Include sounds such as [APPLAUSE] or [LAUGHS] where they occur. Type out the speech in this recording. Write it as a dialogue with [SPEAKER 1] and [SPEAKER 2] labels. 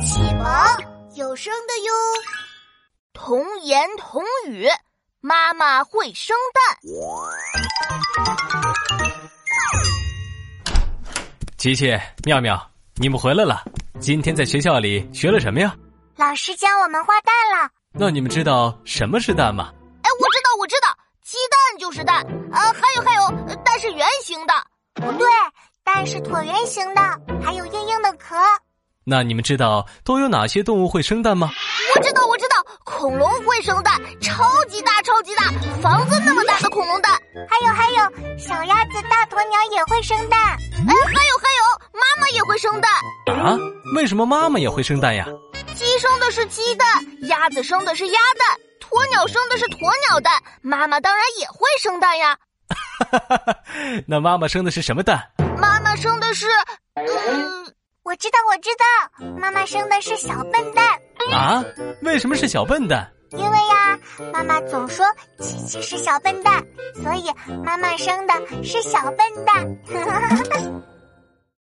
[SPEAKER 1] 启蒙有声的哟，童言童语，妈妈会生
[SPEAKER 2] 蛋。琪琪、妙妙，你们回来了。今天在学校里学了什么呀？
[SPEAKER 1] 老师教我们画蛋了。
[SPEAKER 2] 那你们知道什么是蛋吗？
[SPEAKER 1] 哎，我知道，我知道，鸡蛋就是蛋。呃，还有还有，蛋是圆形的。
[SPEAKER 3] 不哦对，蛋是椭圆形的，还有硬硬的壳。
[SPEAKER 2] 那你们知道都有哪些动物会生蛋吗？
[SPEAKER 1] 我知道，我知道，恐龙会生蛋，超级大，超级大，房子那么大的恐龙蛋。
[SPEAKER 3] 还有还有，小鸭子、大鸵鸟也会生蛋。
[SPEAKER 1] 哎，还有还有，妈妈也会生蛋。
[SPEAKER 2] 啊？为什么妈妈也会生蛋呀？ [LAUGHS]
[SPEAKER 1] 鸡生的是鸡蛋，鸭子生的是鸭蛋，鸵鸟生的是鸵鸟蛋，妈妈当然也会生蛋呀。
[SPEAKER 2] 那妈妈生的是什么蛋？
[SPEAKER 1] 妈妈生的是……嗯。
[SPEAKER 3] 我知道，我知道，妈妈生的是小笨蛋
[SPEAKER 2] 啊？为什么是小笨蛋？
[SPEAKER 3] 因为呀、啊，妈妈总说琪琪 [LAUGHS] 是小笨蛋，所以妈妈生的是小笨蛋。